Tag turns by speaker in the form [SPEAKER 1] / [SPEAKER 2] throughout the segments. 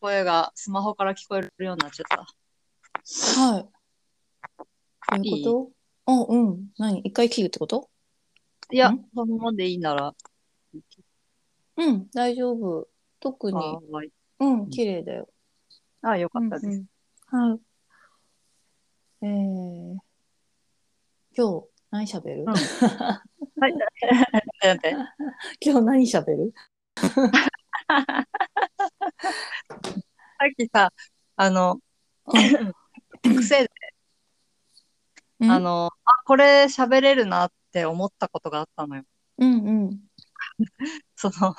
[SPEAKER 1] 声がスマホから聞こえるようになっちゃった。
[SPEAKER 2] はい。どういうことうんうん。何一回切るってこと
[SPEAKER 1] いや
[SPEAKER 2] ん、
[SPEAKER 1] そのままでいいなら、
[SPEAKER 2] うん、大丈夫。特
[SPEAKER 1] あ
[SPEAKER 2] に、
[SPEAKER 1] ー
[SPEAKER 2] うん、綺麗だよ。
[SPEAKER 1] あー、よかったです。
[SPEAKER 2] うんうんはい。えー、今日何喋る、
[SPEAKER 1] うんはい、待って待
[SPEAKER 2] 今日何喋る
[SPEAKER 1] って。さっきさ、あ の、癖で、
[SPEAKER 2] うん
[SPEAKER 1] あの、あ、これ喋れるなって思ったことがあったのよ。
[SPEAKER 2] うんうん。
[SPEAKER 1] その、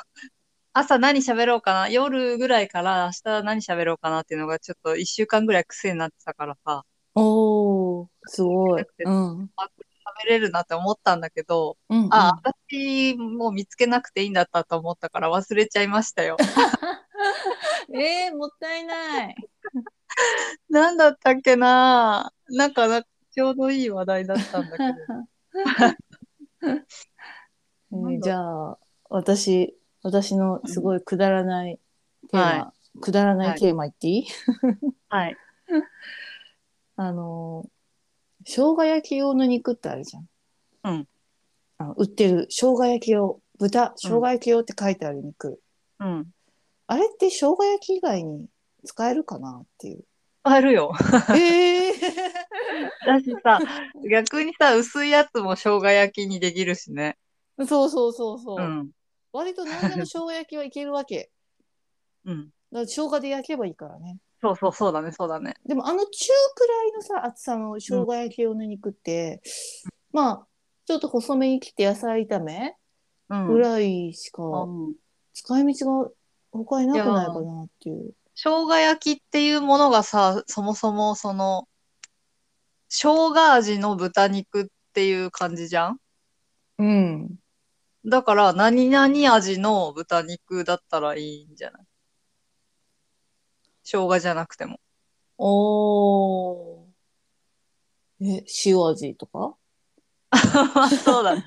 [SPEAKER 1] 朝何喋ろうかな、夜ぐらいから明日何喋ろうかなっていうのがちょっと一週間ぐらい癖になってたからさ、
[SPEAKER 2] おー、す ごい。うん。うん
[SPEAKER 1] 喋れるなって思ったんだけど、
[SPEAKER 2] うん、
[SPEAKER 1] あ、私もう見つけなくていいんだったと思ったから忘れちゃいましたよ。
[SPEAKER 2] えー、もったい ない。
[SPEAKER 1] なんだったっけななんかなちょうどいい話題だったんだけ ど。なんだ
[SPEAKER 2] えーじゃあ私私のすごいくだらないテーマ、
[SPEAKER 1] は
[SPEAKER 2] くだらな
[SPEAKER 1] はいい
[SPEAKER 2] テーマ言っていい、
[SPEAKER 1] はい。
[SPEAKER 2] あのー生姜焼き用の肉ってあるじゃん、
[SPEAKER 1] うん
[SPEAKER 2] あの売ってる生姜焼き用豚生姜焼き用って書いてある肉、
[SPEAKER 1] うん。
[SPEAKER 2] あれって生姜焼き以外に使えるかなっ ていう
[SPEAKER 1] あるよ。
[SPEAKER 2] ええ
[SPEAKER 1] だしさ、 逆にさ、薄いやつも生姜焼きにできるしね。
[SPEAKER 2] そうそうそうそう、
[SPEAKER 1] うん。
[SPEAKER 2] 割と何でも生姜焼きはいけるわけ
[SPEAKER 1] うん。
[SPEAKER 2] だから生姜で焼けばいいからね
[SPEAKER 1] そうそう、そうだね、そうだね。
[SPEAKER 2] でもあの中くらいのさ厚さの生姜焼き用の肉って、まあちょっと細めに切って野菜炒め
[SPEAKER 1] うん。
[SPEAKER 2] ぐらいしか
[SPEAKER 1] うん
[SPEAKER 2] 使い道が他になくないかなっていう。
[SPEAKER 1] 生姜焼きっていうものがさ、そもそもその、生姜味の豚肉っていう感じじゃん
[SPEAKER 2] うん。
[SPEAKER 1] だから、何々味の豚肉だったらいいんじゃない生姜じゃなくても。
[SPEAKER 2] おー。え、塩味とか
[SPEAKER 1] まあ、そうだね。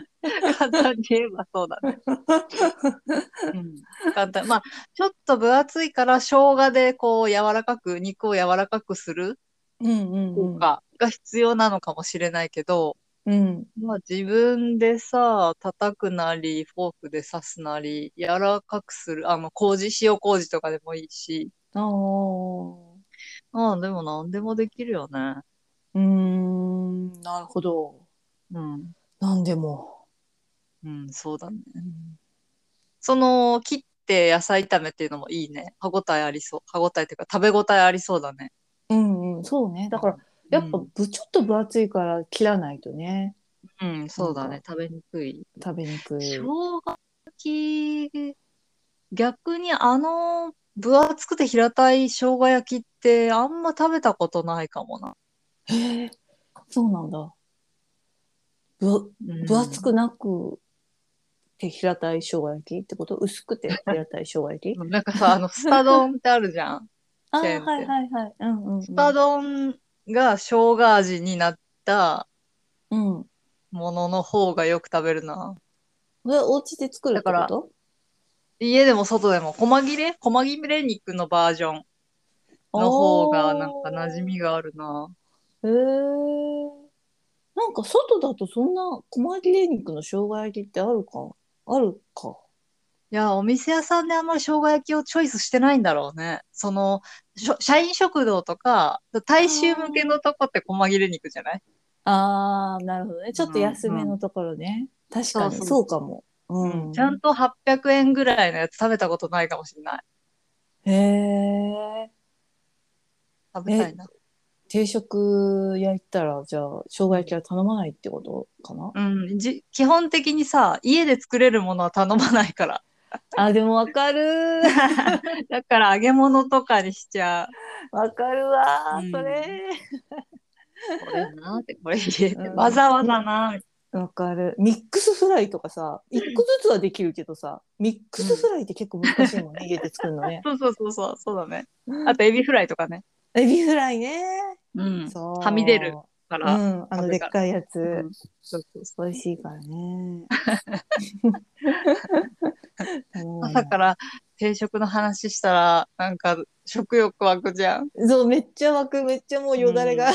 [SPEAKER 1] 簡単に言えばそうだね。うん、簡単。まあ、ちょっと分厚いから、生姜でこう、柔らかく、肉を柔らかくする
[SPEAKER 2] うんうん
[SPEAKER 1] 効
[SPEAKER 2] うん。
[SPEAKER 1] 果が必要なのかもしれないけど、
[SPEAKER 2] うん。
[SPEAKER 1] まあ、自分でさ、叩くなり、フォークで刺すなり、柔らかくする、あの、麹、塩麹とかでもいいし、
[SPEAKER 2] あー。
[SPEAKER 1] ああ、でも何でもできるよね。
[SPEAKER 2] うーん、なるほど。
[SPEAKER 1] うん。
[SPEAKER 2] なんでも。
[SPEAKER 1] うん、そうだね。
[SPEAKER 2] うん
[SPEAKER 1] その、切って野菜炒めっていうのもいいね。歯ごたえありそう。歯ごたえっていうか、食べ応えありそうだね。
[SPEAKER 2] うんうん、そうね。だから、やっぱ、ぶ、ちょっと分厚いから切らないとね、
[SPEAKER 1] うん、うんそうだね。食べにくい。
[SPEAKER 2] 食べにくい。
[SPEAKER 1] 生姜焼き、逆にあの、分厚くて平たい生姜焼きって、あんま食べたことないかもな。
[SPEAKER 2] へえ、そうなんだ。ぶ
[SPEAKER 1] うん
[SPEAKER 2] 分厚くなくて平たい生姜焼きってこと薄くて平たい生姜焼き
[SPEAKER 1] なんかさ、あの、スタ丼ってあるじゃん。
[SPEAKER 2] ああ、
[SPEAKER 1] チェーン店
[SPEAKER 2] はいはいはい。うんうん、うん。
[SPEAKER 1] スタ丼が生姜味になった
[SPEAKER 2] うん。
[SPEAKER 1] ものの方がよく食べるな。
[SPEAKER 2] これお家で作るって
[SPEAKER 1] だ
[SPEAKER 2] こ
[SPEAKER 1] か
[SPEAKER 2] と
[SPEAKER 1] 家でも外でも、細切れ細切れ肉のバージョンの方が、なんか馴染みがあるな。
[SPEAKER 2] おー。へえ。なんか外だとそんな細切れ肉の生姜焼きってあるかあるか。
[SPEAKER 1] いや、お店屋さんであんまり生姜焼きをチョイスしてないんだろうね。その、しょ社員食堂とか、大衆向けのとこって細切れ肉じゃない
[SPEAKER 2] ああ、なるほどね。ちょっと安めのところね。確かに
[SPEAKER 1] そうそう
[SPEAKER 2] そうかも。う
[SPEAKER 1] うん。ちゃんと800円ぐらいのやつ食べたことないかもしれない。
[SPEAKER 2] へえ。
[SPEAKER 1] 食べたいな。
[SPEAKER 2] 定食焼いたらじゃあ生姜焼きは頼まないってことかな
[SPEAKER 1] うん。じ、基本的にさ、家で作れるものは頼まない から。
[SPEAKER 2] あでもわかるー
[SPEAKER 1] だから揚げ物とかにしちゃう。
[SPEAKER 2] わかるわー、
[SPEAKER 1] うん
[SPEAKER 2] それ
[SPEAKER 1] これなって、これ家で
[SPEAKER 2] うん
[SPEAKER 1] わざわざなみ
[SPEAKER 2] わかるミックスフライとかさ一個ずつはできるけどさミックスフライって結構難しいもんね、家で作るのね
[SPEAKER 1] たいな。そうそうそうそう、そうだね。あと、エビフライとかね。
[SPEAKER 2] エビフライね
[SPEAKER 1] うん。
[SPEAKER 2] そう
[SPEAKER 1] はみ出るか
[SPEAKER 2] う
[SPEAKER 1] ら。
[SPEAKER 2] んあのでっかいやつ、
[SPEAKER 1] うんそうそうそう
[SPEAKER 2] 美味しいからね頼まない
[SPEAKER 1] 朝から定食の話したら、なんか食欲湧くじゃん。
[SPEAKER 2] そう、めっちゃ湧く、めっちゃもうよだれが。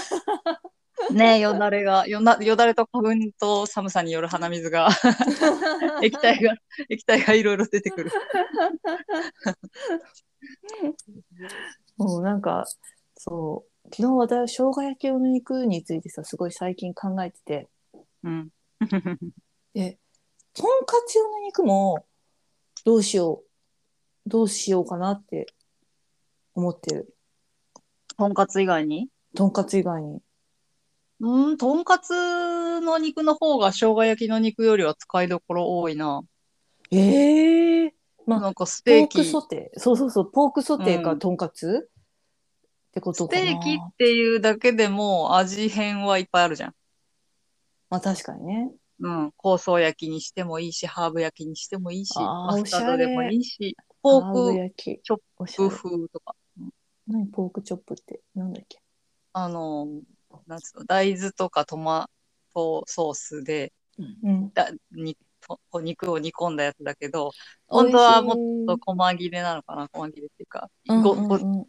[SPEAKER 1] ねえ、よだれが、よなよだれと花粉と寒さによる鼻水 が、 液体が、液体がいろいろ出てくる。
[SPEAKER 2] もうなんか、そう、昨日私は生姜焼き用の肉についてさ、すごい最近考えてて、
[SPEAKER 1] うん。
[SPEAKER 2] で、とんかつ用の肉も、どうしよう、どうしようかなって思ってる。
[SPEAKER 1] とんかつ以外に
[SPEAKER 2] とんかつ以外に。
[SPEAKER 1] うん、とんかつの肉の方が生姜焼きの肉よりは使いどころ多いな。
[SPEAKER 2] ええあ
[SPEAKER 1] なんかス
[SPEAKER 2] ポ
[SPEAKER 1] テー
[SPEAKER 2] ーク
[SPEAKER 1] キ。
[SPEAKER 2] ソテー。そうそうそう、ポークソテー
[SPEAKER 1] う
[SPEAKER 2] か
[SPEAKER 1] ん
[SPEAKER 2] とんかつ、ってこと
[SPEAKER 1] ス
[SPEAKER 2] かな。
[SPEAKER 1] テーキっていうだけでも味変はいっぱいあるじゃん。
[SPEAKER 2] まあ確かにね。
[SPEAKER 1] うん。香草焼きにしてもいいし、ハーブ焼きにしてもいいし、
[SPEAKER 2] あー
[SPEAKER 1] マスタードでもいいし、ポ
[SPEAKER 2] ポ
[SPEAKER 1] ーク
[SPEAKER 2] 焼き。
[SPEAKER 1] チョッ
[SPEAKER 2] おしゃ
[SPEAKER 1] ブ
[SPEAKER 2] れ
[SPEAKER 1] 風とか、
[SPEAKER 2] 何ポークチョップってなんだっけ
[SPEAKER 1] あの、なんつうの、大豆とかトマトソースで、
[SPEAKER 2] うん。
[SPEAKER 1] だにとお肉を煮込んだやつだけど、本当はもっ
[SPEAKER 2] っ
[SPEAKER 1] と細切れなのかな、細切れっていうか、
[SPEAKER 2] うん
[SPEAKER 1] ご
[SPEAKER 2] うん
[SPEAKER 1] ご
[SPEAKER 2] うん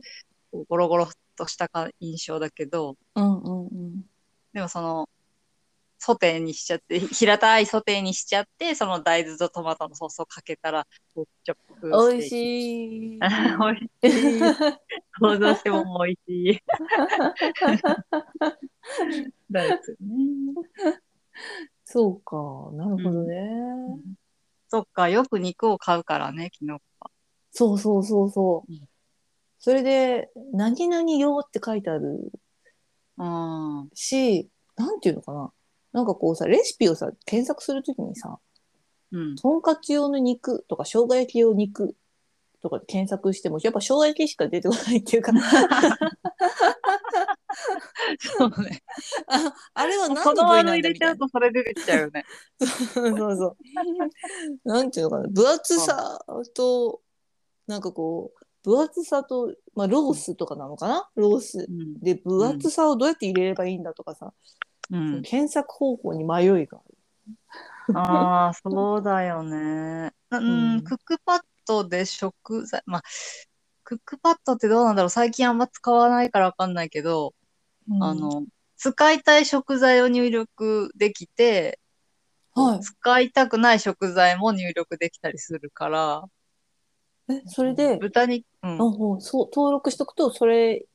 [SPEAKER 1] ゴロゴロっとしたか印象だけど、
[SPEAKER 2] うんうんうん
[SPEAKER 1] でもその、ソテーにしちゃって、ひ平たいソテーにしちゃって、その大豆とトマトのソースをかけたら、ポークチョップ
[SPEAKER 2] 美味
[SPEAKER 1] い。
[SPEAKER 2] しい。
[SPEAKER 1] 美味しい。想像しても美味 しい。大豆ね。
[SPEAKER 2] そうか、なるほどね。
[SPEAKER 1] そっか、よく肉を買うからね、昨日。
[SPEAKER 2] そうそうそうそう
[SPEAKER 1] うん。
[SPEAKER 2] それで、何々用って書いてある
[SPEAKER 1] うん。うん
[SPEAKER 2] し、なんていうのかな。なんかこうさ、レシピをさ、検索するときにさ、。とんかつ用の肉とか生姜焼き用肉とかで検索しても、やっぱ生姜焼きしか出てこないっていうか、
[SPEAKER 1] そう ね。
[SPEAKER 2] ああれは何
[SPEAKER 1] そ
[SPEAKER 2] の
[SPEAKER 1] の
[SPEAKER 2] 部
[SPEAKER 1] ワー
[SPEAKER 2] 位
[SPEAKER 1] ド
[SPEAKER 2] なん
[SPEAKER 1] 入
[SPEAKER 2] だ
[SPEAKER 1] れ
[SPEAKER 2] み
[SPEAKER 1] ちゃ
[SPEAKER 2] たいう
[SPEAKER 1] とそれ出てきちゃうよ ね。
[SPEAKER 2] な。そうそうそう。なんていうのかな。分厚さと、なんかこう、分厚さと、まあ、ロースとかなのかなロース。
[SPEAKER 1] うん。
[SPEAKER 2] で、分厚さをどうやって入れればいいんだとかさ、
[SPEAKER 1] うん。
[SPEAKER 2] 検索方法に迷いがある。
[SPEAKER 1] ああ、そうだよね。う
[SPEAKER 2] うん
[SPEAKER 1] ん、クックパッドで食材、まあ、クックパッドってどうなんだろう。最近あんま使わないからわかんないけど、あ、の、使いたい食材を入力できて、
[SPEAKER 2] はい。
[SPEAKER 1] 使いたくない食材も入力できたりするから、
[SPEAKER 2] え、それで、
[SPEAKER 1] 豚肉、う
[SPEAKER 2] あ
[SPEAKER 1] ん、
[SPEAKER 2] ほうそう登録しとくとそれ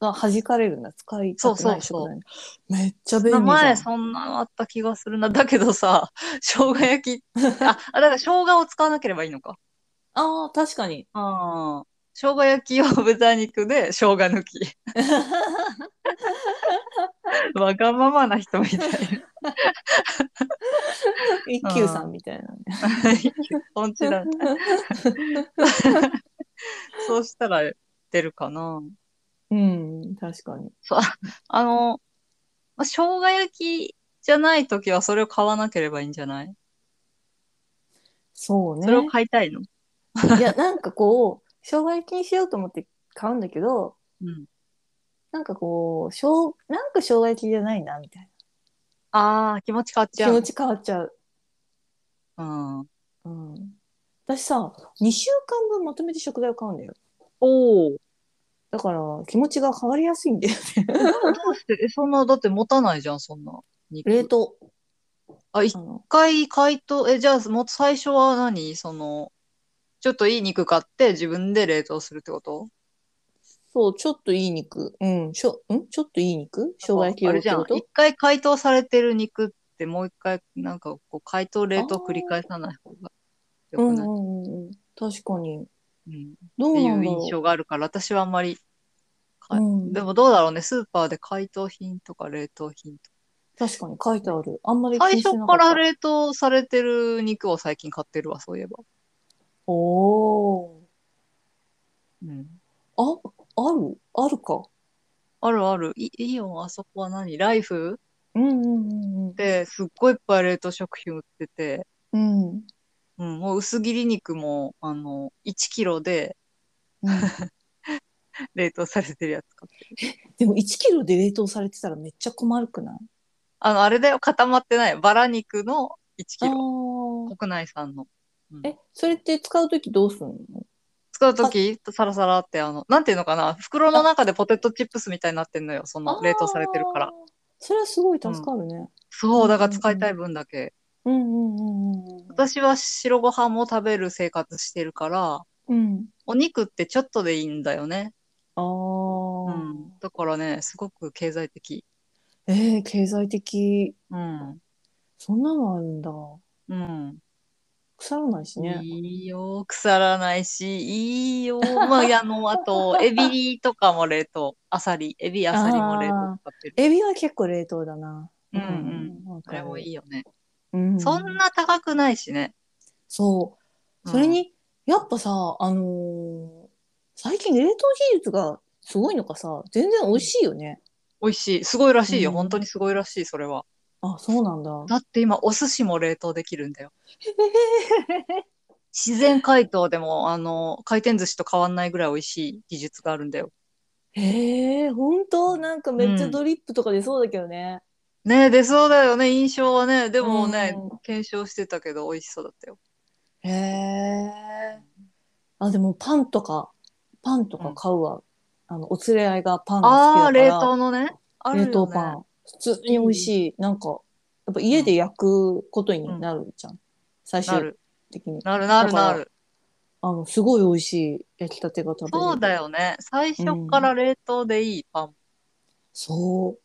[SPEAKER 2] が弾かれるんだ使いたくない
[SPEAKER 1] そうそうそう
[SPEAKER 2] 食材めっちゃ便利じゃん
[SPEAKER 1] 前そんなのあった気がするな。だけどさ、 生姜焼き、 あ、あだから生姜を使わなければいいのか。
[SPEAKER 2] あー確か に
[SPEAKER 1] ああ、生姜焼きを豚肉で生姜抜き。 わがままな人 みたい
[SPEAKER 2] 一休さんみたいなね
[SPEAKER 1] な。本当だ。そうしたら出るかな。
[SPEAKER 2] うん確かに
[SPEAKER 1] あの、まあ、生姜焼きじゃないときはそれを買わなければいいんじゃない、
[SPEAKER 2] そうね
[SPEAKER 1] それを買いたいの
[SPEAKER 2] いやなんかこう生姜焼きにしようと思って買うんだけど
[SPEAKER 1] うん。
[SPEAKER 2] なんかこうしょうなんか生姜焼きじゃないなみたい
[SPEAKER 1] ああ、気持ち変わっち
[SPEAKER 2] な
[SPEAKER 1] ゃ
[SPEAKER 2] 気持
[SPEAKER 1] う。
[SPEAKER 2] ち変わっちゃう、
[SPEAKER 1] うん。
[SPEAKER 2] うん、私さ2週間分まとめて食材を買うんだよ
[SPEAKER 1] おお。
[SPEAKER 2] だから気持ちが変わりやすいんだよね
[SPEAKER 1] どうしてえそんな、だって持たないじゃん、そんな。肉
[SPEAKER 2] 冷凍
[SPEAKER 1] あ、一
[SPEAKER 2] あの
[SPEAKER 1] 回解凍、え、じゃあ、もう最初は何その、ちょっといい肉買って自分で冷凍するってこと
[SPEAKER 2] そう、ちょっといい肉。うん、しょ、んちょっといい肉生姜焼き
[SPEAKER 1] あ
[SPEAKER 2] 用
[SPEAKER 1] れ
[SPEAKER 2] っ
[SPEAKER 1] じ
[SPEAKER 2] て
[SPEAKER 1] ゃん。
[SPEAKER 2] こと
[SPEAKER 1] 一回解凍されてる肉ってもう一回、なんかこう、解凍冷凍繰り返さない方が良
[SPEAKER 2] うん
[SPEAKER 1] くな
[SPEAKER 2] う
[SPEAKER 1] い、
[SPEAKER 2] んうんうん。確かに。
[SPEAKER 1] うん
[SPEAKER 2] ど
[SPEAKER 1] っ
[SPEAKER 2] う
[SPEAKER 1] てい
[SPEAKER 2] なん
[SPEAKER 1] う
[SPEAKER 2] だ
[SPEAKER 1] 印
[SPEAKER 2] ろ
[SPEAKER 1] 象があるから、私はあんまり、
[SPEAKER 2] う。
[SPEAKER 1] 象
[SPEAKER 2] うん、
[SPEAKER 1] でもどうだろうね、スーパーで解凍品とか冷凍品と
[SPEAKER 2] 確かに書いてある。あんまり
[SPEAKER 1] か。最
[SPEAKER 2] 気にして
[SPEAKER 1] 初
[SPEAKER 2] なか
[SPEAKER 1] か
[SPEAKER 2] った。
[SPEAKER 1] ら冷凍されてる肉を最近買ってるわ、そういえば。
[SPEAKER 2] おー。
[SPEAKER 1] うん。
[SPEAKER 2] あ、あるあるか。
[SPEAKER 1] あるある。イイオン、あそこは何ライフ
[SPEAKER 2] うんうんうんうん。
[SPEAKER 1] で、すっごいいっぱい冷凍食品売ってて、
[SPEAKER 2] うん。うん
[SPEAKER 1] うん、もう薄切り肉も、あの、1キロで 冷凍されてるやつ買ってる。
[SPEAKER 2] でも1キロで冷凍されてたらめっちゃ困るくない
[SPEAKER 1] あの、あれだよ、固まってない。バラ肉の1
[SPEAKER 2] あ
[SPEAKER 1] キロ。
[SPEAKER 2] ー
[SPEAKER 1] 国内産の。
[SPEAKER 2] え、それって使うときどうすんの
[SPEAKER 1] 使うとき、サラサラって、あの、なんていうのかな、袋の中でポテトチップスみたいになってんのよ、その、冷凍されてるか
[SPEAKER 2] あー
[SPEAKER 1] ら。。
[SPEAKER 2] それはすごい助かるね。
[SPEAKER 1] そう、だから使いたい分だけ。
[SPEAKER 2] うんうんうんうん。
[SPEAKER 1] 私は白ご飯も食べる生活してるから、
[SPEAKER 2] うん。
[SPEAKER 1] お肉ってちょっとでいいんだよね。
[SPEAKER 2] あ
[SPEAKER 1] う
[SPEAKER 2] あ、
[SPEAKER 1] ん。だからね、すごく経済的。
[SPEAKER 2] ええ経済的。
[SPEAKER 1] うん。
[SPEAKER 2] そんなのあるんだ。
[SPEAKER 1] うん。
[SPEAKER 2] 腐らないしね。
[SPEAKER 1] いいよ、腐らないし、いいよ。まあ、あの、あと、エビとかも冷凍。アサリ、エビ、アサリも冷凍使 ってる。
[SPEAKER 2] エビは結構冷凍だな。
[SPEAKER 1] うんうん
[SPEAKER 2] うん。わ
[SPEAKER 1] あ
[SPEAKER 2] か
[SPEAKER 1] れ
[SPEAKER 2] る
[SPEAKER 1] もいいよね。
[SPEAKER 2] うん、
[SPEAKER 1] そんな高くないしね。
[SPEAKER 2] そうう。
[SPEAKER 1] ん
[SPEAKER 2] それに、やっぱさ、あのー最近冷凍技術がすごいのかさ、全然美味しいよね。
[SPEAKER 1] 美味しい。すごいらしいよ。
[SPEAKER 2] うん
[SPEAKER 1] 本当にすごいらしい、それは。
[SPEAKER 2] あ、そうなんだ。
[SPEAKER 1] だって今、お寿司も冷凍できるんだ よ。自然解凍でも、あの、回転寿司と変わんないぐらい美味しい技術があるんだよ。
[SPEAKER 2] へえ、ほんとなんかめっちゃドリップとか出そうだけどね。
[SPEAKER 1] ねえ、出そうだよね、印象はね。でもね、
[SPEAKER 2] う
[SPEAKER 1] 検証してたけど、美味しそうだったよ。
[SPEAKER 2] へえ。あ、でもパンとか、パンとか買うわ。あの、お連れ合いがパンが
[SPEAKER 1] ああ
[SPEAKER 2] 好
[SPEAKER 1] ー、
[SPEAKER 2] きだ
[SPEAKER 1] 冷
[SPEAKER 2] から。
[SPEAKER 1] 凍のね。あるよね。
[SPEAKER 2] 冷凍パン。普通に美味しい。なんか、やっぱ家で焼くことになるじゃん。最
[SPEAKER 1] な
[SPEAKER 2] 終
[SPEAKER 1] る、
[SPEAKER 2] 的に。
[SPEAKER 1] なる、なる、
[SPEAKER 2] だから
[SPEAKER 1] なる。
[SPEAKER 2] あの、すごい美味しい焼きたてが食べれる。
[SPEAKER 1] そうだ
[SPEAKER 2] よ。
[SPEAKER 1] よね。最初から冷凍でいいパン。
[SPEAKER 2] そう。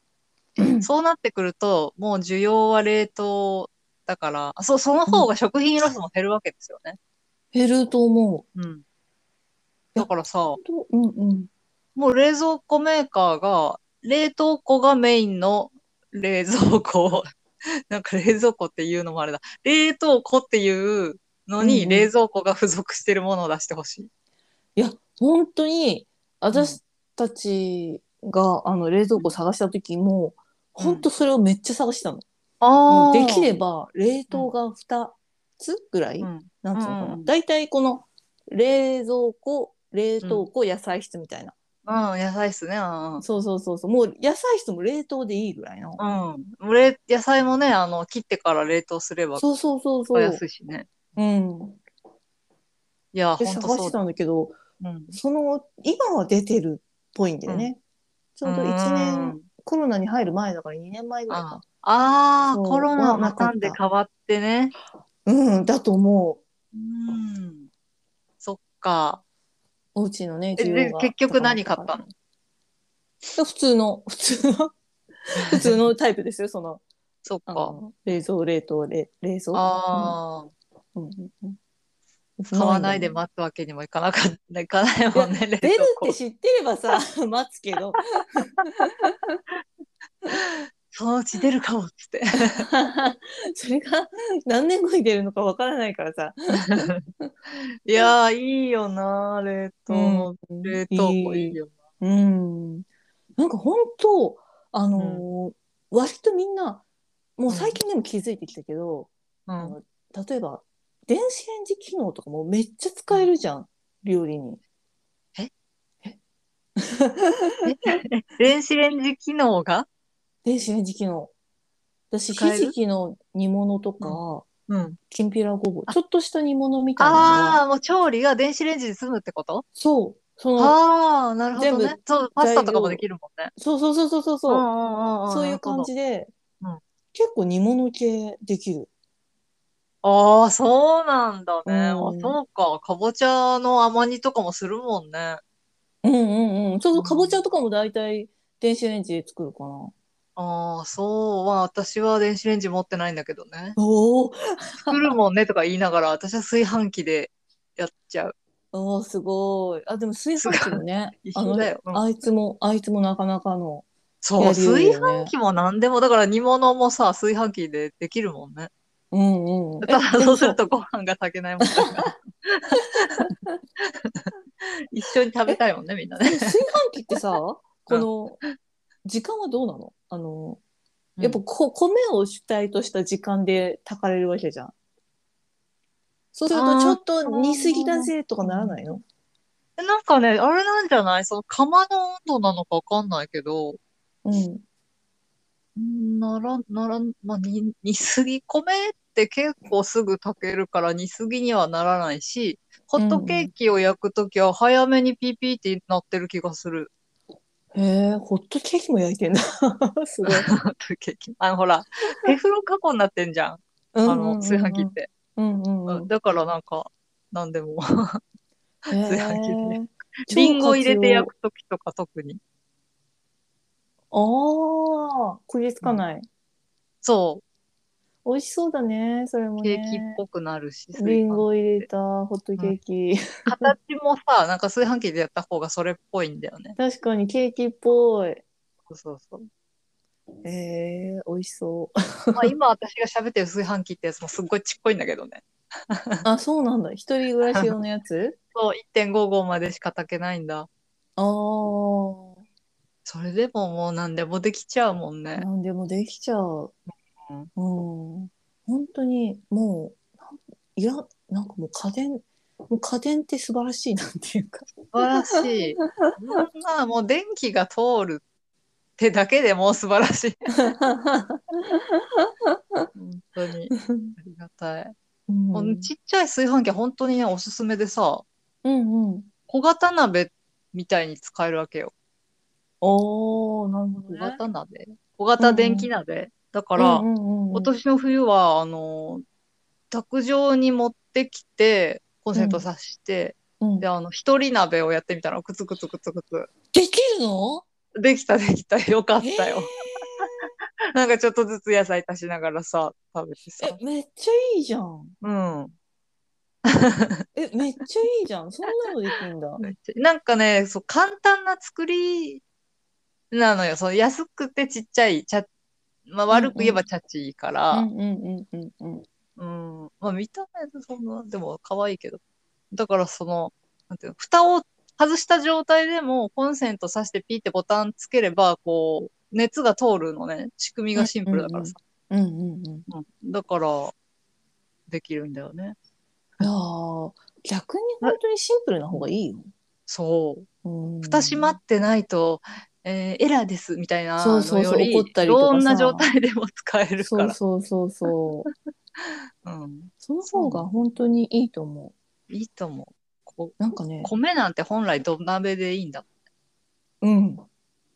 [SPEAKER 1] そうなってくると、もう需要は冷凍だから、あそう、その方が食品ロスも減るわけですよね。
[SPEAKER 2] 減ると思う。
[SPEAKER 1] うん。だからさ、
[SPEAKER 2] とうんうん。
[SPEAKER 1] もう冷蔵庫メーカーが、冷凍庫がメインの冷蔵庫をなんか冷蔵庫っていうのもあれだ。冷凍庫っていうの
[SPEAKER 2] うんう
[SPEAKER 1] に
[SPEAKER 2] ん
[SPEAKER 1] 冷蔵庫が付属してるものを出してほしい。
[SPEAKER 2] いや、本当に、私たちが、あの、冷蔵庫探した時も、
[SPEAKER 1] うん
[SPEAKER 2] 本当それをめっちゃ探したの。
[SPEAKER 1] あ
[SPEAKER 2] もうできれ
[SPEAKER 1] ば。
[SPEAKER 2] ば、冷凍が2つぐらい、
[SPEAKER 1] うん。
[SPEAKER 2] なんつうのか
[SPEAKER 1] うんう
[SPEAKER 2] な。
[SPEAKER 1] ん
[SPEAKER 2] 大体この、冷蔵庫、冷凍庫、野菜室みたいな。
[SPEAKER 1] うん、野菜室ね。うん
[SPEAKER 2] そうそうそうそう。もう野菜室も冷凍でいいぐらいの。
[SPEAKER 1] うん。冷野菜もね、あの、切ってから冷凍すれば
[SPEAKER 2] そうそうそうそう。
[SPEAKER 1] 安いしね。
[SPEAKER 2] うん。
[SPEAKER 1] いや、
[SPEAKER 2] で
[SPEAKER 1] ほん
[SPEAKER 2] 探
[SPEAKER 1] とそ
[SPEAKER 2] し
[SPEAKER 1] うだ。
[SPEAKER 2] たんだけど、
[SPEAKER 1] うん。
[SPEAKER 2] その今は出てるっぽいんだよね。ちょうど
[SPEAKER 1] う
[SPEAKER 2] 1年
[SPEAKER 1] ん
[SPEAKER 2] コロナに入る前だから2年前ぐらいか。
[SPEAKER 1] ああ、
[SPEAKER 2] そう
[SPEAKER 1] コロナ
[SPEAKER 2] はな
[SPEAKER 1] の
[SPEAKER 2] かっ
[SPEAKER 1] た
[SPEAKER 2] た
[SPEAKER 1] んで変わってね。
[SPEAKER 2] うんだと思う。
[SPEAKER 1] うん。そっか。
[SPEAKER 2] おうちのね
[SPEAKER 1] え
[SPEAKER 2] 需
[SPEAKER 1] で
[SPEAKER 2] 要が
[SPEAKER 1] 結局何買った
[SPEAKER 2] 高か
[SPEAKER 1] の
[SPEAKER 2] た普通の普通の普通のタイプですよその
[SPEAKER 1] そっ
[SPEAKER 2] あ
[SPEAKER 1] か。
[SPEAKER 2] の冷蔵冷凍冷冷蔵。
[SPEAKER 1] ああ、
[SPEAKER 2] うんうんうん
[SPEAKER 1] 買わないで待つわけにもいかなかった、いかないもんね、冷
[SPEAKER 2] 出る
[SPEAKER 1] 凍
[SPEAKER 2] って
[SPEAKER 1] 庫。
[SPEAKER 2] 知ってればさ 待つけど
[SPEAKER 1] そのうち出るかもっつって。
[SPEAKER 2] それが何年後に出るのかわからないからさ。
[SPEAKER 1] いやー、いいよなー、冷凍も。冷凍庫いいよ
[SPEAKER 2] うん。なんか本当あのー割とみんなもう最近でも気づいてきたけど、
[SPEAKER 1] な。
[SPEAKER 2] あ
[SPEAKER 1] うん。
[SPEAKER 2] の例えば電子レンジ機能とかもめっちゃ使えるじゃん、料理に。
[SPEAKER 1] 電子レンジ機能が
[SPEAKER 2] 電子レンジ機能。私
[SPEAKER 1] 使え
[SPEAKER 2] ひ
[SPEAKER 1] る
[SPEAKER 2] じきの煮物とか、
[SPEAKER 1] うん。
[SPEAKER 2] きんぴらごぼうちょっとした煮物みたいなの
[SPEAKER 1] あ
[SPEAKER 2] が
[SPEAKER 1] あ、もう調理が電子レンジで済むってこと
[SPEAKER 2] そうその
[SPEAKER 1] ああ、なるほど
[SPEAKER 2] 全
[SPEAKER 1] ね
[SPEAKER 2] 部。
[SPEAKER 1] そう、パスタとかもできるもんね。
[SPEAKER 2] そうそうそうそうそう
[SPEAKER 1] うんう
[SPEAKER 2] そうん
[SPEAKER 1] うんん
[SPEAKER 2] そういう感。じで、
[SPEAKER 1] うん
[SPEAKER 2] 結構煮物系できる。
[SPEAKER 1] ああ、そうなんだね。あ
[SPEAKER 2] うん
[SPEAKER 1] そうか。かぼちゃの甘煮とかもするもんね。
[SPEAKER 2] うんうんうん。そうそうう、
[SPEAKER 1] ん
[SPEAKER 2] かぼちゃとかも大体電子レンジで作るかな。
[SPEAKER 1] ああ、そうは、私は電子レンジ持ってないんだけどね。
[SPEAKER 2] おお
[SPEAKER 1] 作るもんねとか言いながら、私は炊飯器でやっちゃう。
[SPEAKER 2] おおすごい。あ、でも炊飯器もね、
[SPEAKER 1] 一
[SPEAKER 2] あ
[SPEAKER 1] 緒
[SPEAKER 2] の、
[SPEAKER 1] だよ。うん
[SPEAKER 2] あいつも、あいつもなかなかの。
[SPEAKER 1] そう、
[SPEAKER 2] やるよね
[SPEAKER 1] 炊飯器も何でも、だから煮物もさ、炊飯器でできるもんね。
[SPEAKER 2] うんうん。え
[SPEAKER 1] ただそうする。
[SPEAKER 2] でも
[SPEAKER 1] とご飯が炊けないもんだから。一緒に食べたいもんね、みんなね。
[SPEAKER 2] 炊飯器って さ、この、時間はどうなのあの、やっぱこ米を主体とした時間で炊かれるわけじゃん。そうする
[SPEAKER 1] あ
[SPEAKER 2] と、
[SPEAKER 1] ー
[SPEAKER 2] ちょっと煮すぎだぜとかならないの
[SPEAKER 1] うんなんかね、あれなんじゃないその釜の温度なのかわかんないけど、
[SPEAKER 2] うん。
[SPEAKER 1] うんなら、なら、まあ、に、煮すぎ、米って結構すぐ炊けるから煮すぎにはならないし、ホットケーキを焼くときは早めにピーピーってなってる気がする。
[SPEAKER 2] へえ、ホットケーキも焼いて んだ。すごい。
[SPEAKER 1] ホットケーキ。あの、ほら、テフロン加工になってんじゃん。
[SPEAKER 2] あ
[SPEAKER 1] あの、炊飯器って。
[SPEAKER 2] うんうんうん。
[SPEAKER 1] だからなんか、なんでも。
[SPEAKER 2] 炊
[SPEAKER 1] 飯器でリンゴ入れて焼くときとか特に。
[SPEAKER 2] ああ、こりつかない。
[SPEAKER 1] そ
[SPEAKER 2] 美味しそうだね、それも
[SPEAKER 1] う。
[SPEAKER 2] ね。
[SPEAKER 1] ケーキっぽくなるし。
[SPEAKER 2] リンゴ入れたホットケーキ。
[SPEAKER 1] 形もさ、なんか炊飯器でやった方がそれっぽいんだよね。
[SPEAKER 2] 確かにケーキっぽい。
[SPEAKER 1] そうそうそう。
[SPEAKER 2] ええ美味しそう。
[SPEAKER 1] まあ今私が喋ってる炊飯器ってやつもすっごいちっこいんだけどね。
[SPEAKER 2] あ、そうなんだ。一人暮らし用のやつ
[SPEAKER 1] そう、1.55までしか炊けないんだ。
[SPEAKER 2] ああ、
[SPEAKER 1] それでももう何でもできちゃうもんね。
[SPEAKER 2] なんでもできちゃう。
[SPEAKER 1] う
[SPEAKER 2] うんん。本当に、もう、なんいや、なんかもう家電、もう家電って素晴らしいなっていう か。
[SPEAKER 1] 素晴ら しい。まあもう電気が通るってだけでもう素晴らしい。本当 に。ありがたい。
[SPEAKER 2] うん
[SPEAKER 1] このちっちゃい炊飯器本当にね、おすすめでさ、
[SPEAKER 2] うんうん。
[SPEAKER 1] 小型鍋みたいに使えるわけよ。
[SPEAKER 2] おー、なるほど
[SPEAKER 1] 小
[SPEAKER 2] ね。
[SPEAKER 1] 型鍋。小型電気鍋。だから、
[SPEAKER 2] うんうんうん
[SPEAKER 1] 今年の冬は、あの、卓上に持ってきて、コンセント挿して、
[SPEAKER 2] うん
[SPEAKER 1] で、あの、一人鍋をやってみたら、くつくつくつくつ。
[SPEAKER 2] できるの
[SPEAKER 1] できたできた。よかったよ。
[SPEAKER 2] え
[SPEAKER 1] なんかちょっとずつ野菜足しながらさ、食べてさ
[SPEAKER 2] ー。えめっちゃいいじゃん。
[SPEAKER 1] うん。
[SPEAKER 2] え、めっちゃいいじゃん。そんなのできる んだ。
[SPEAKER 1] なんかね、そう、簡単な作りなのよ。そう、安くてちっちゃい、ちゃ、まあ、悪く言えばチャチいから、
[SPEAKER 2] うんうんうんうんうん。
[SPEAKER 1] うん、まあ見た目そんな、でも可愛いけど。だからその、なんていうの、蓋を外した状態でもコンセント挿してピーってボタンつければ、こう、熱が通るのね。仕組みがシンプルだからさ。
[SPEAKER 2] うんうんうん。
[SPEAKER 1] うんだから、できるんだよね。
[SPEAKER 2] いやー逆に本当にシンプルな方がいいよ。
[SPEAKER 1] そう。
[SPEAKER 2] うん
[SPEAKER 1] 蓋閉まってないと、えーエラーですみたいな
[SPEAKER 2] そうそ
[SPEAKER 1] の
[SPEAKER 2] うそ
[SPEAKER 1] よ
[SPEAKER 2] う
[SPEAKER 1] り、
[SPEAKER 2] 怒ったりとかさ
[SPEAKER 1] どんな状態でも使えるか
[SPEAKER 2] そう
[SPEAKER 1] ら。
[SPEAKER 2] そうそうそう。
[SPEAKER 1] うん、
[SPEAKER 2] その方が本当にいいと思
[SPEAKER 1] いいと思う。こ
[SPEAKER 2] う。なんかね、
[SPEAKER 1] 米なんて本来土鍋でいいんだ。
[SPEAKER 2] うん。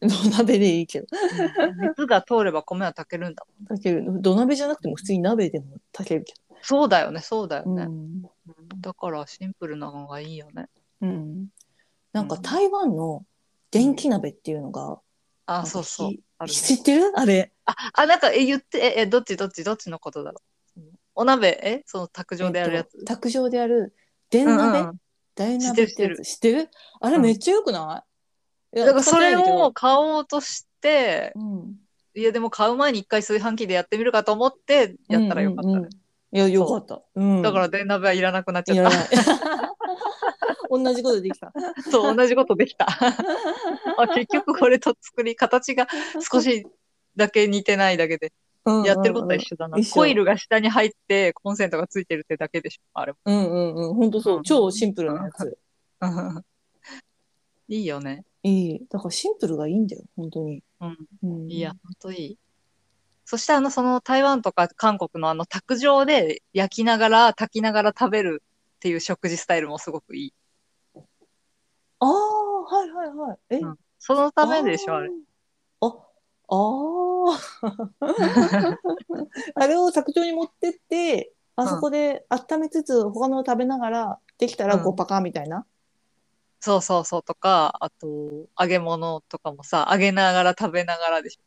[SPEAKER 2] 土鍋でいいけど。
[SPEAKER 1] 熱が通れば米は炊けるんだ。
[SPEAKER 2] だけど土鍋じゃなくても普通に鍋でも炊けるけ
[SPEAKER 1] そうだよね、そうだよ
[SPEAKER 2] ど。う
[SPEAKER 1] ね。
[SPEAKER 2] ん。
[SPEAKER 1] だからシンプルなのがいいよね。
[SPEAKER 2] うん。なんか台湾の電気鍋っていうのが、
[SPEAKER 1] あ、
[SPEAKER 2] なんか
[SPEAKER 1] そうそう。
[SPEAKER 2] ひ
[SPEAKER 1] あるね
[SPEAKER 2] 知ってるあれ。
[SPEAKER 1] あ、あ、なんか、え、言って、え、え、どっちどっちどっちのことだろう。お鍋、え、その卓上でやるやつ。
[SPEAKER 2] えっと卓上でやる電
[SPEAKER 1] うんうん
[SPEAKER 2] 鍋、
[SPEAKER 1] うん
[SPEAKER 2] 大鍋ってやつ知ってるあれ
[SPEAKER 1] うん
[SPEAKER 2] めっちゃよくない、いや
[SPEAKER 1] だからそれ、
[SPEAKER 2] 使ってない
[SPEAKER 1] を
[SPEAKER 2] け
[SPEAKER 1] 買おうとして、
[SPEAKER 2] どうん、
[SPEAKER 1] いやでも買う前に一回炊飯器でやってみるかと思ってやったらよかったね。
[SPEAKER 2] うんうんうんいやよかった、うん、
[SPEAKER 1] だから電鍋はいらなくなっち
[SPEAKER 2] い
[SPEAKER 1] ゃ
[SPEAKER 2] ら
[SPEAKER 1] っ
[SPEAKER 2] ない 同じことできた
[SPEAKER 1] た。 そう、同じことでき た。あ結局これと作り、形が少しだけ似てないだけで、 やってることは一緒だな。
[SPEAKER 2] 一緒
[SPEAKER 1] コイルが下に入ってコンセントがついてるってだけでしょ、あれも。
[SPEAKER 2] うんうんうん本当そう、
[SPEAKER 1] うん
[SPEAKER 2] 超シンプルなやつ
[SPEAKER 1] いいよね。
[SPEAKER 2] いいだからシンプルがいいんだよ本当に、
[SPEAKER 1] うん。
[SPEAKER 2] うん、
[SPEAKER 1] いや、ほんといい。そしてあの、その台湾とか韓国のあの卓上で焼きながら炊きながら食べるっていう食事スタイルもすごくいい。
[SPEAKER 2] ああはいはいはいえ、
[SPEAKER 1] うんそのためでしょ、あ れ。
[SPEAKER 2] あああ。 あれを卓上に持ってって、あそこで温めつつ、他のを食べながら、できたら
[SPEAKER 1] うん
[SPEAKER 2] こうパカみたいな。
[SPEAKER 1] そうそうそうとか、あと、揚げ物とかもさ、揚げながら食べながらでし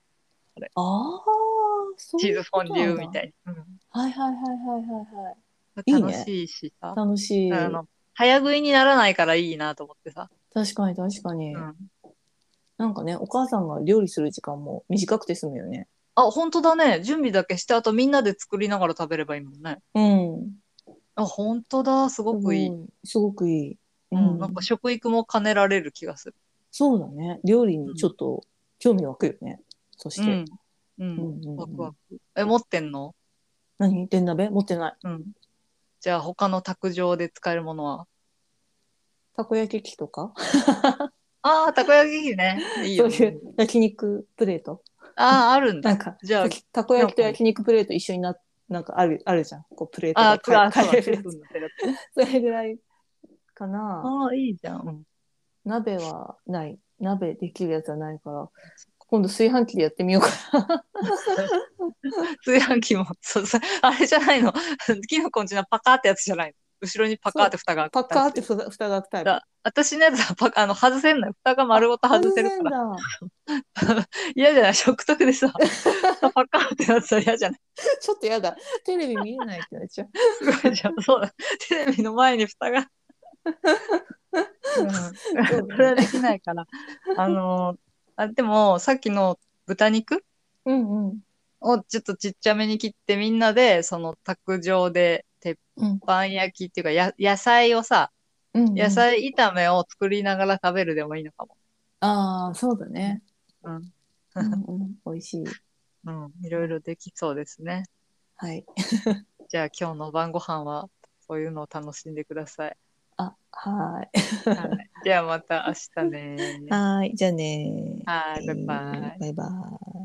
[SPEAKER 2] ああ、そ
[SPEAKER 1] ょ。チーズフォンデューみ
[SPEAKER 2] い
[SPEAKER 1] たいな。
[SPEAKER 2] な。はいはいはいはいはいはい
[SPEAKER 1] うん
[SPEAKER 2] いいね
[SPEAKER 1] 楽しいしさ。
[SPEAKER 2] 楽しい。
[SPEAKER 1] あの、早食いにならないからいいなと思ってさ。
[SPEAKER 2] 確かに確かに、
[SPEAKER 1] うん
[SPEAKER 2] なんかね、お母さんが料理する時間も短くて済むよね。
[SPEAKER 1] あ、本当だね。準備だけして、あとみんなで作りながら食べればいいもんね。
[SPEAKER 2] うん。
[SPEAKER 1] あ、本当だ。すごくいい。
[SPEAKER 2] すごくいい。
[SPEAKER 1] うん、なんか食育も兼ねられる気がする。
[SPEAKER 2] そうだね。料理にちょっと興味湧くよね。そして。
[SPEAKER 1] うん。うん。
[SPEAKER 2] うんうんうん
[SPEAKER 1] ワクワク。え、持ってんの
[SPEAKER 2] 何電鍋持ってない。
[SPEAKER 1] うん。じゃあ他の卓上で使えるものは
[SPEAKER 2] たこ焼き器とか、
[SPEAKER 1] ああ、たこ焼き器 ね。いいよ、
[SPEAKER 2] そうい
[SPEAKER 1] ね。
[SPEAKER 2] う焼肉プレート
[SPEAKER 1] ああ、あるん
[SPEAKER 2] な
[SPEAKER 1] だ
[SPEAKER 2] ん。か
[SPEAKER 1] じゃあ
[SPEAKER 2] たたこ焼きと焼肉プレート一緒にな なんかあるあるじゃんこうプレート
[SPEAKER 1] ああ、
[SPEAKER 2] が
[SPEAKER 1] クラス
[SPEAKER 2] 変え
[SPEAKER 1] は
[SPEAKER 2] るやつそれぐらいかな。
[SPEAKER 1] ああ、いいじゃん。うん
[SPEAKER 2] 鍋はない。鍋できるやつはないから、今度炊飯器でやってみようか
[SPEAKER 1] 炊飯器も、そうそう、あれじゃないの。 キノコんちのパカーってやつじゃないの。後ろにパカーって蓋が
[SPEAKER 2] な。パ
[SPEAKER 1] 開
[SPEAKER 2] ッ
[SPEAKER 1] くタイプ
[SPEAKER 2] カーってふた蓋が開くタイプ。
[SPEAKER 1] だ私のやつはパカあの外せんのよ。蓋が丸ごと外せるから。
[SPEAKER 2] ら。
[SPEAKER 1] 嫌じゃない 食卓でさ、パカーってなってたら嫌じゃ ない
[SPEAKER 2] ちょっとやだ。テレビ見えないってなっちゃう。
[SPEAKER 1] すごいじゃん。そうだ。テレビの前に蓋 が。、
[SPEAKER 2] そううん
[SPEAKER 1] それはできないから。あのあ、でも、さっきの豚肉
[SPEAKER 2] うんうん。
[SPEAKER 1] をちょっとちっちゃめに切って、みんなで、その卓上で、鉄
[SPEAKER 2] うん
[SPEAKER 1] 板焼きっていうか、や野菜をさ、
[SPEAKER 2] うんうん
[SPEAKER 1] 野菜炒めを作りながら食べるでもいいのかも。
[SPEAKER 2] ああ、そうだね。
[SPEAKER 1] うん
[SPEAKER 2] うんうん美味しい。
[SPEAKER 1] うん。いろいろできそうですね。
[SPEAKER 2] はい。
[SPEAKER 1] じゃあ今日の晩ご飯は、そういうのを楽しんでください。
[SPEAKER 2] あ、は
[SPEAKER 1] はい、じゃあまた明日ね
[SPEAKER 2] ーい。。はーい。じゃあねー。
[SPEAKER 1] はいバイバイ
[SPEAKER 2] バイバイ。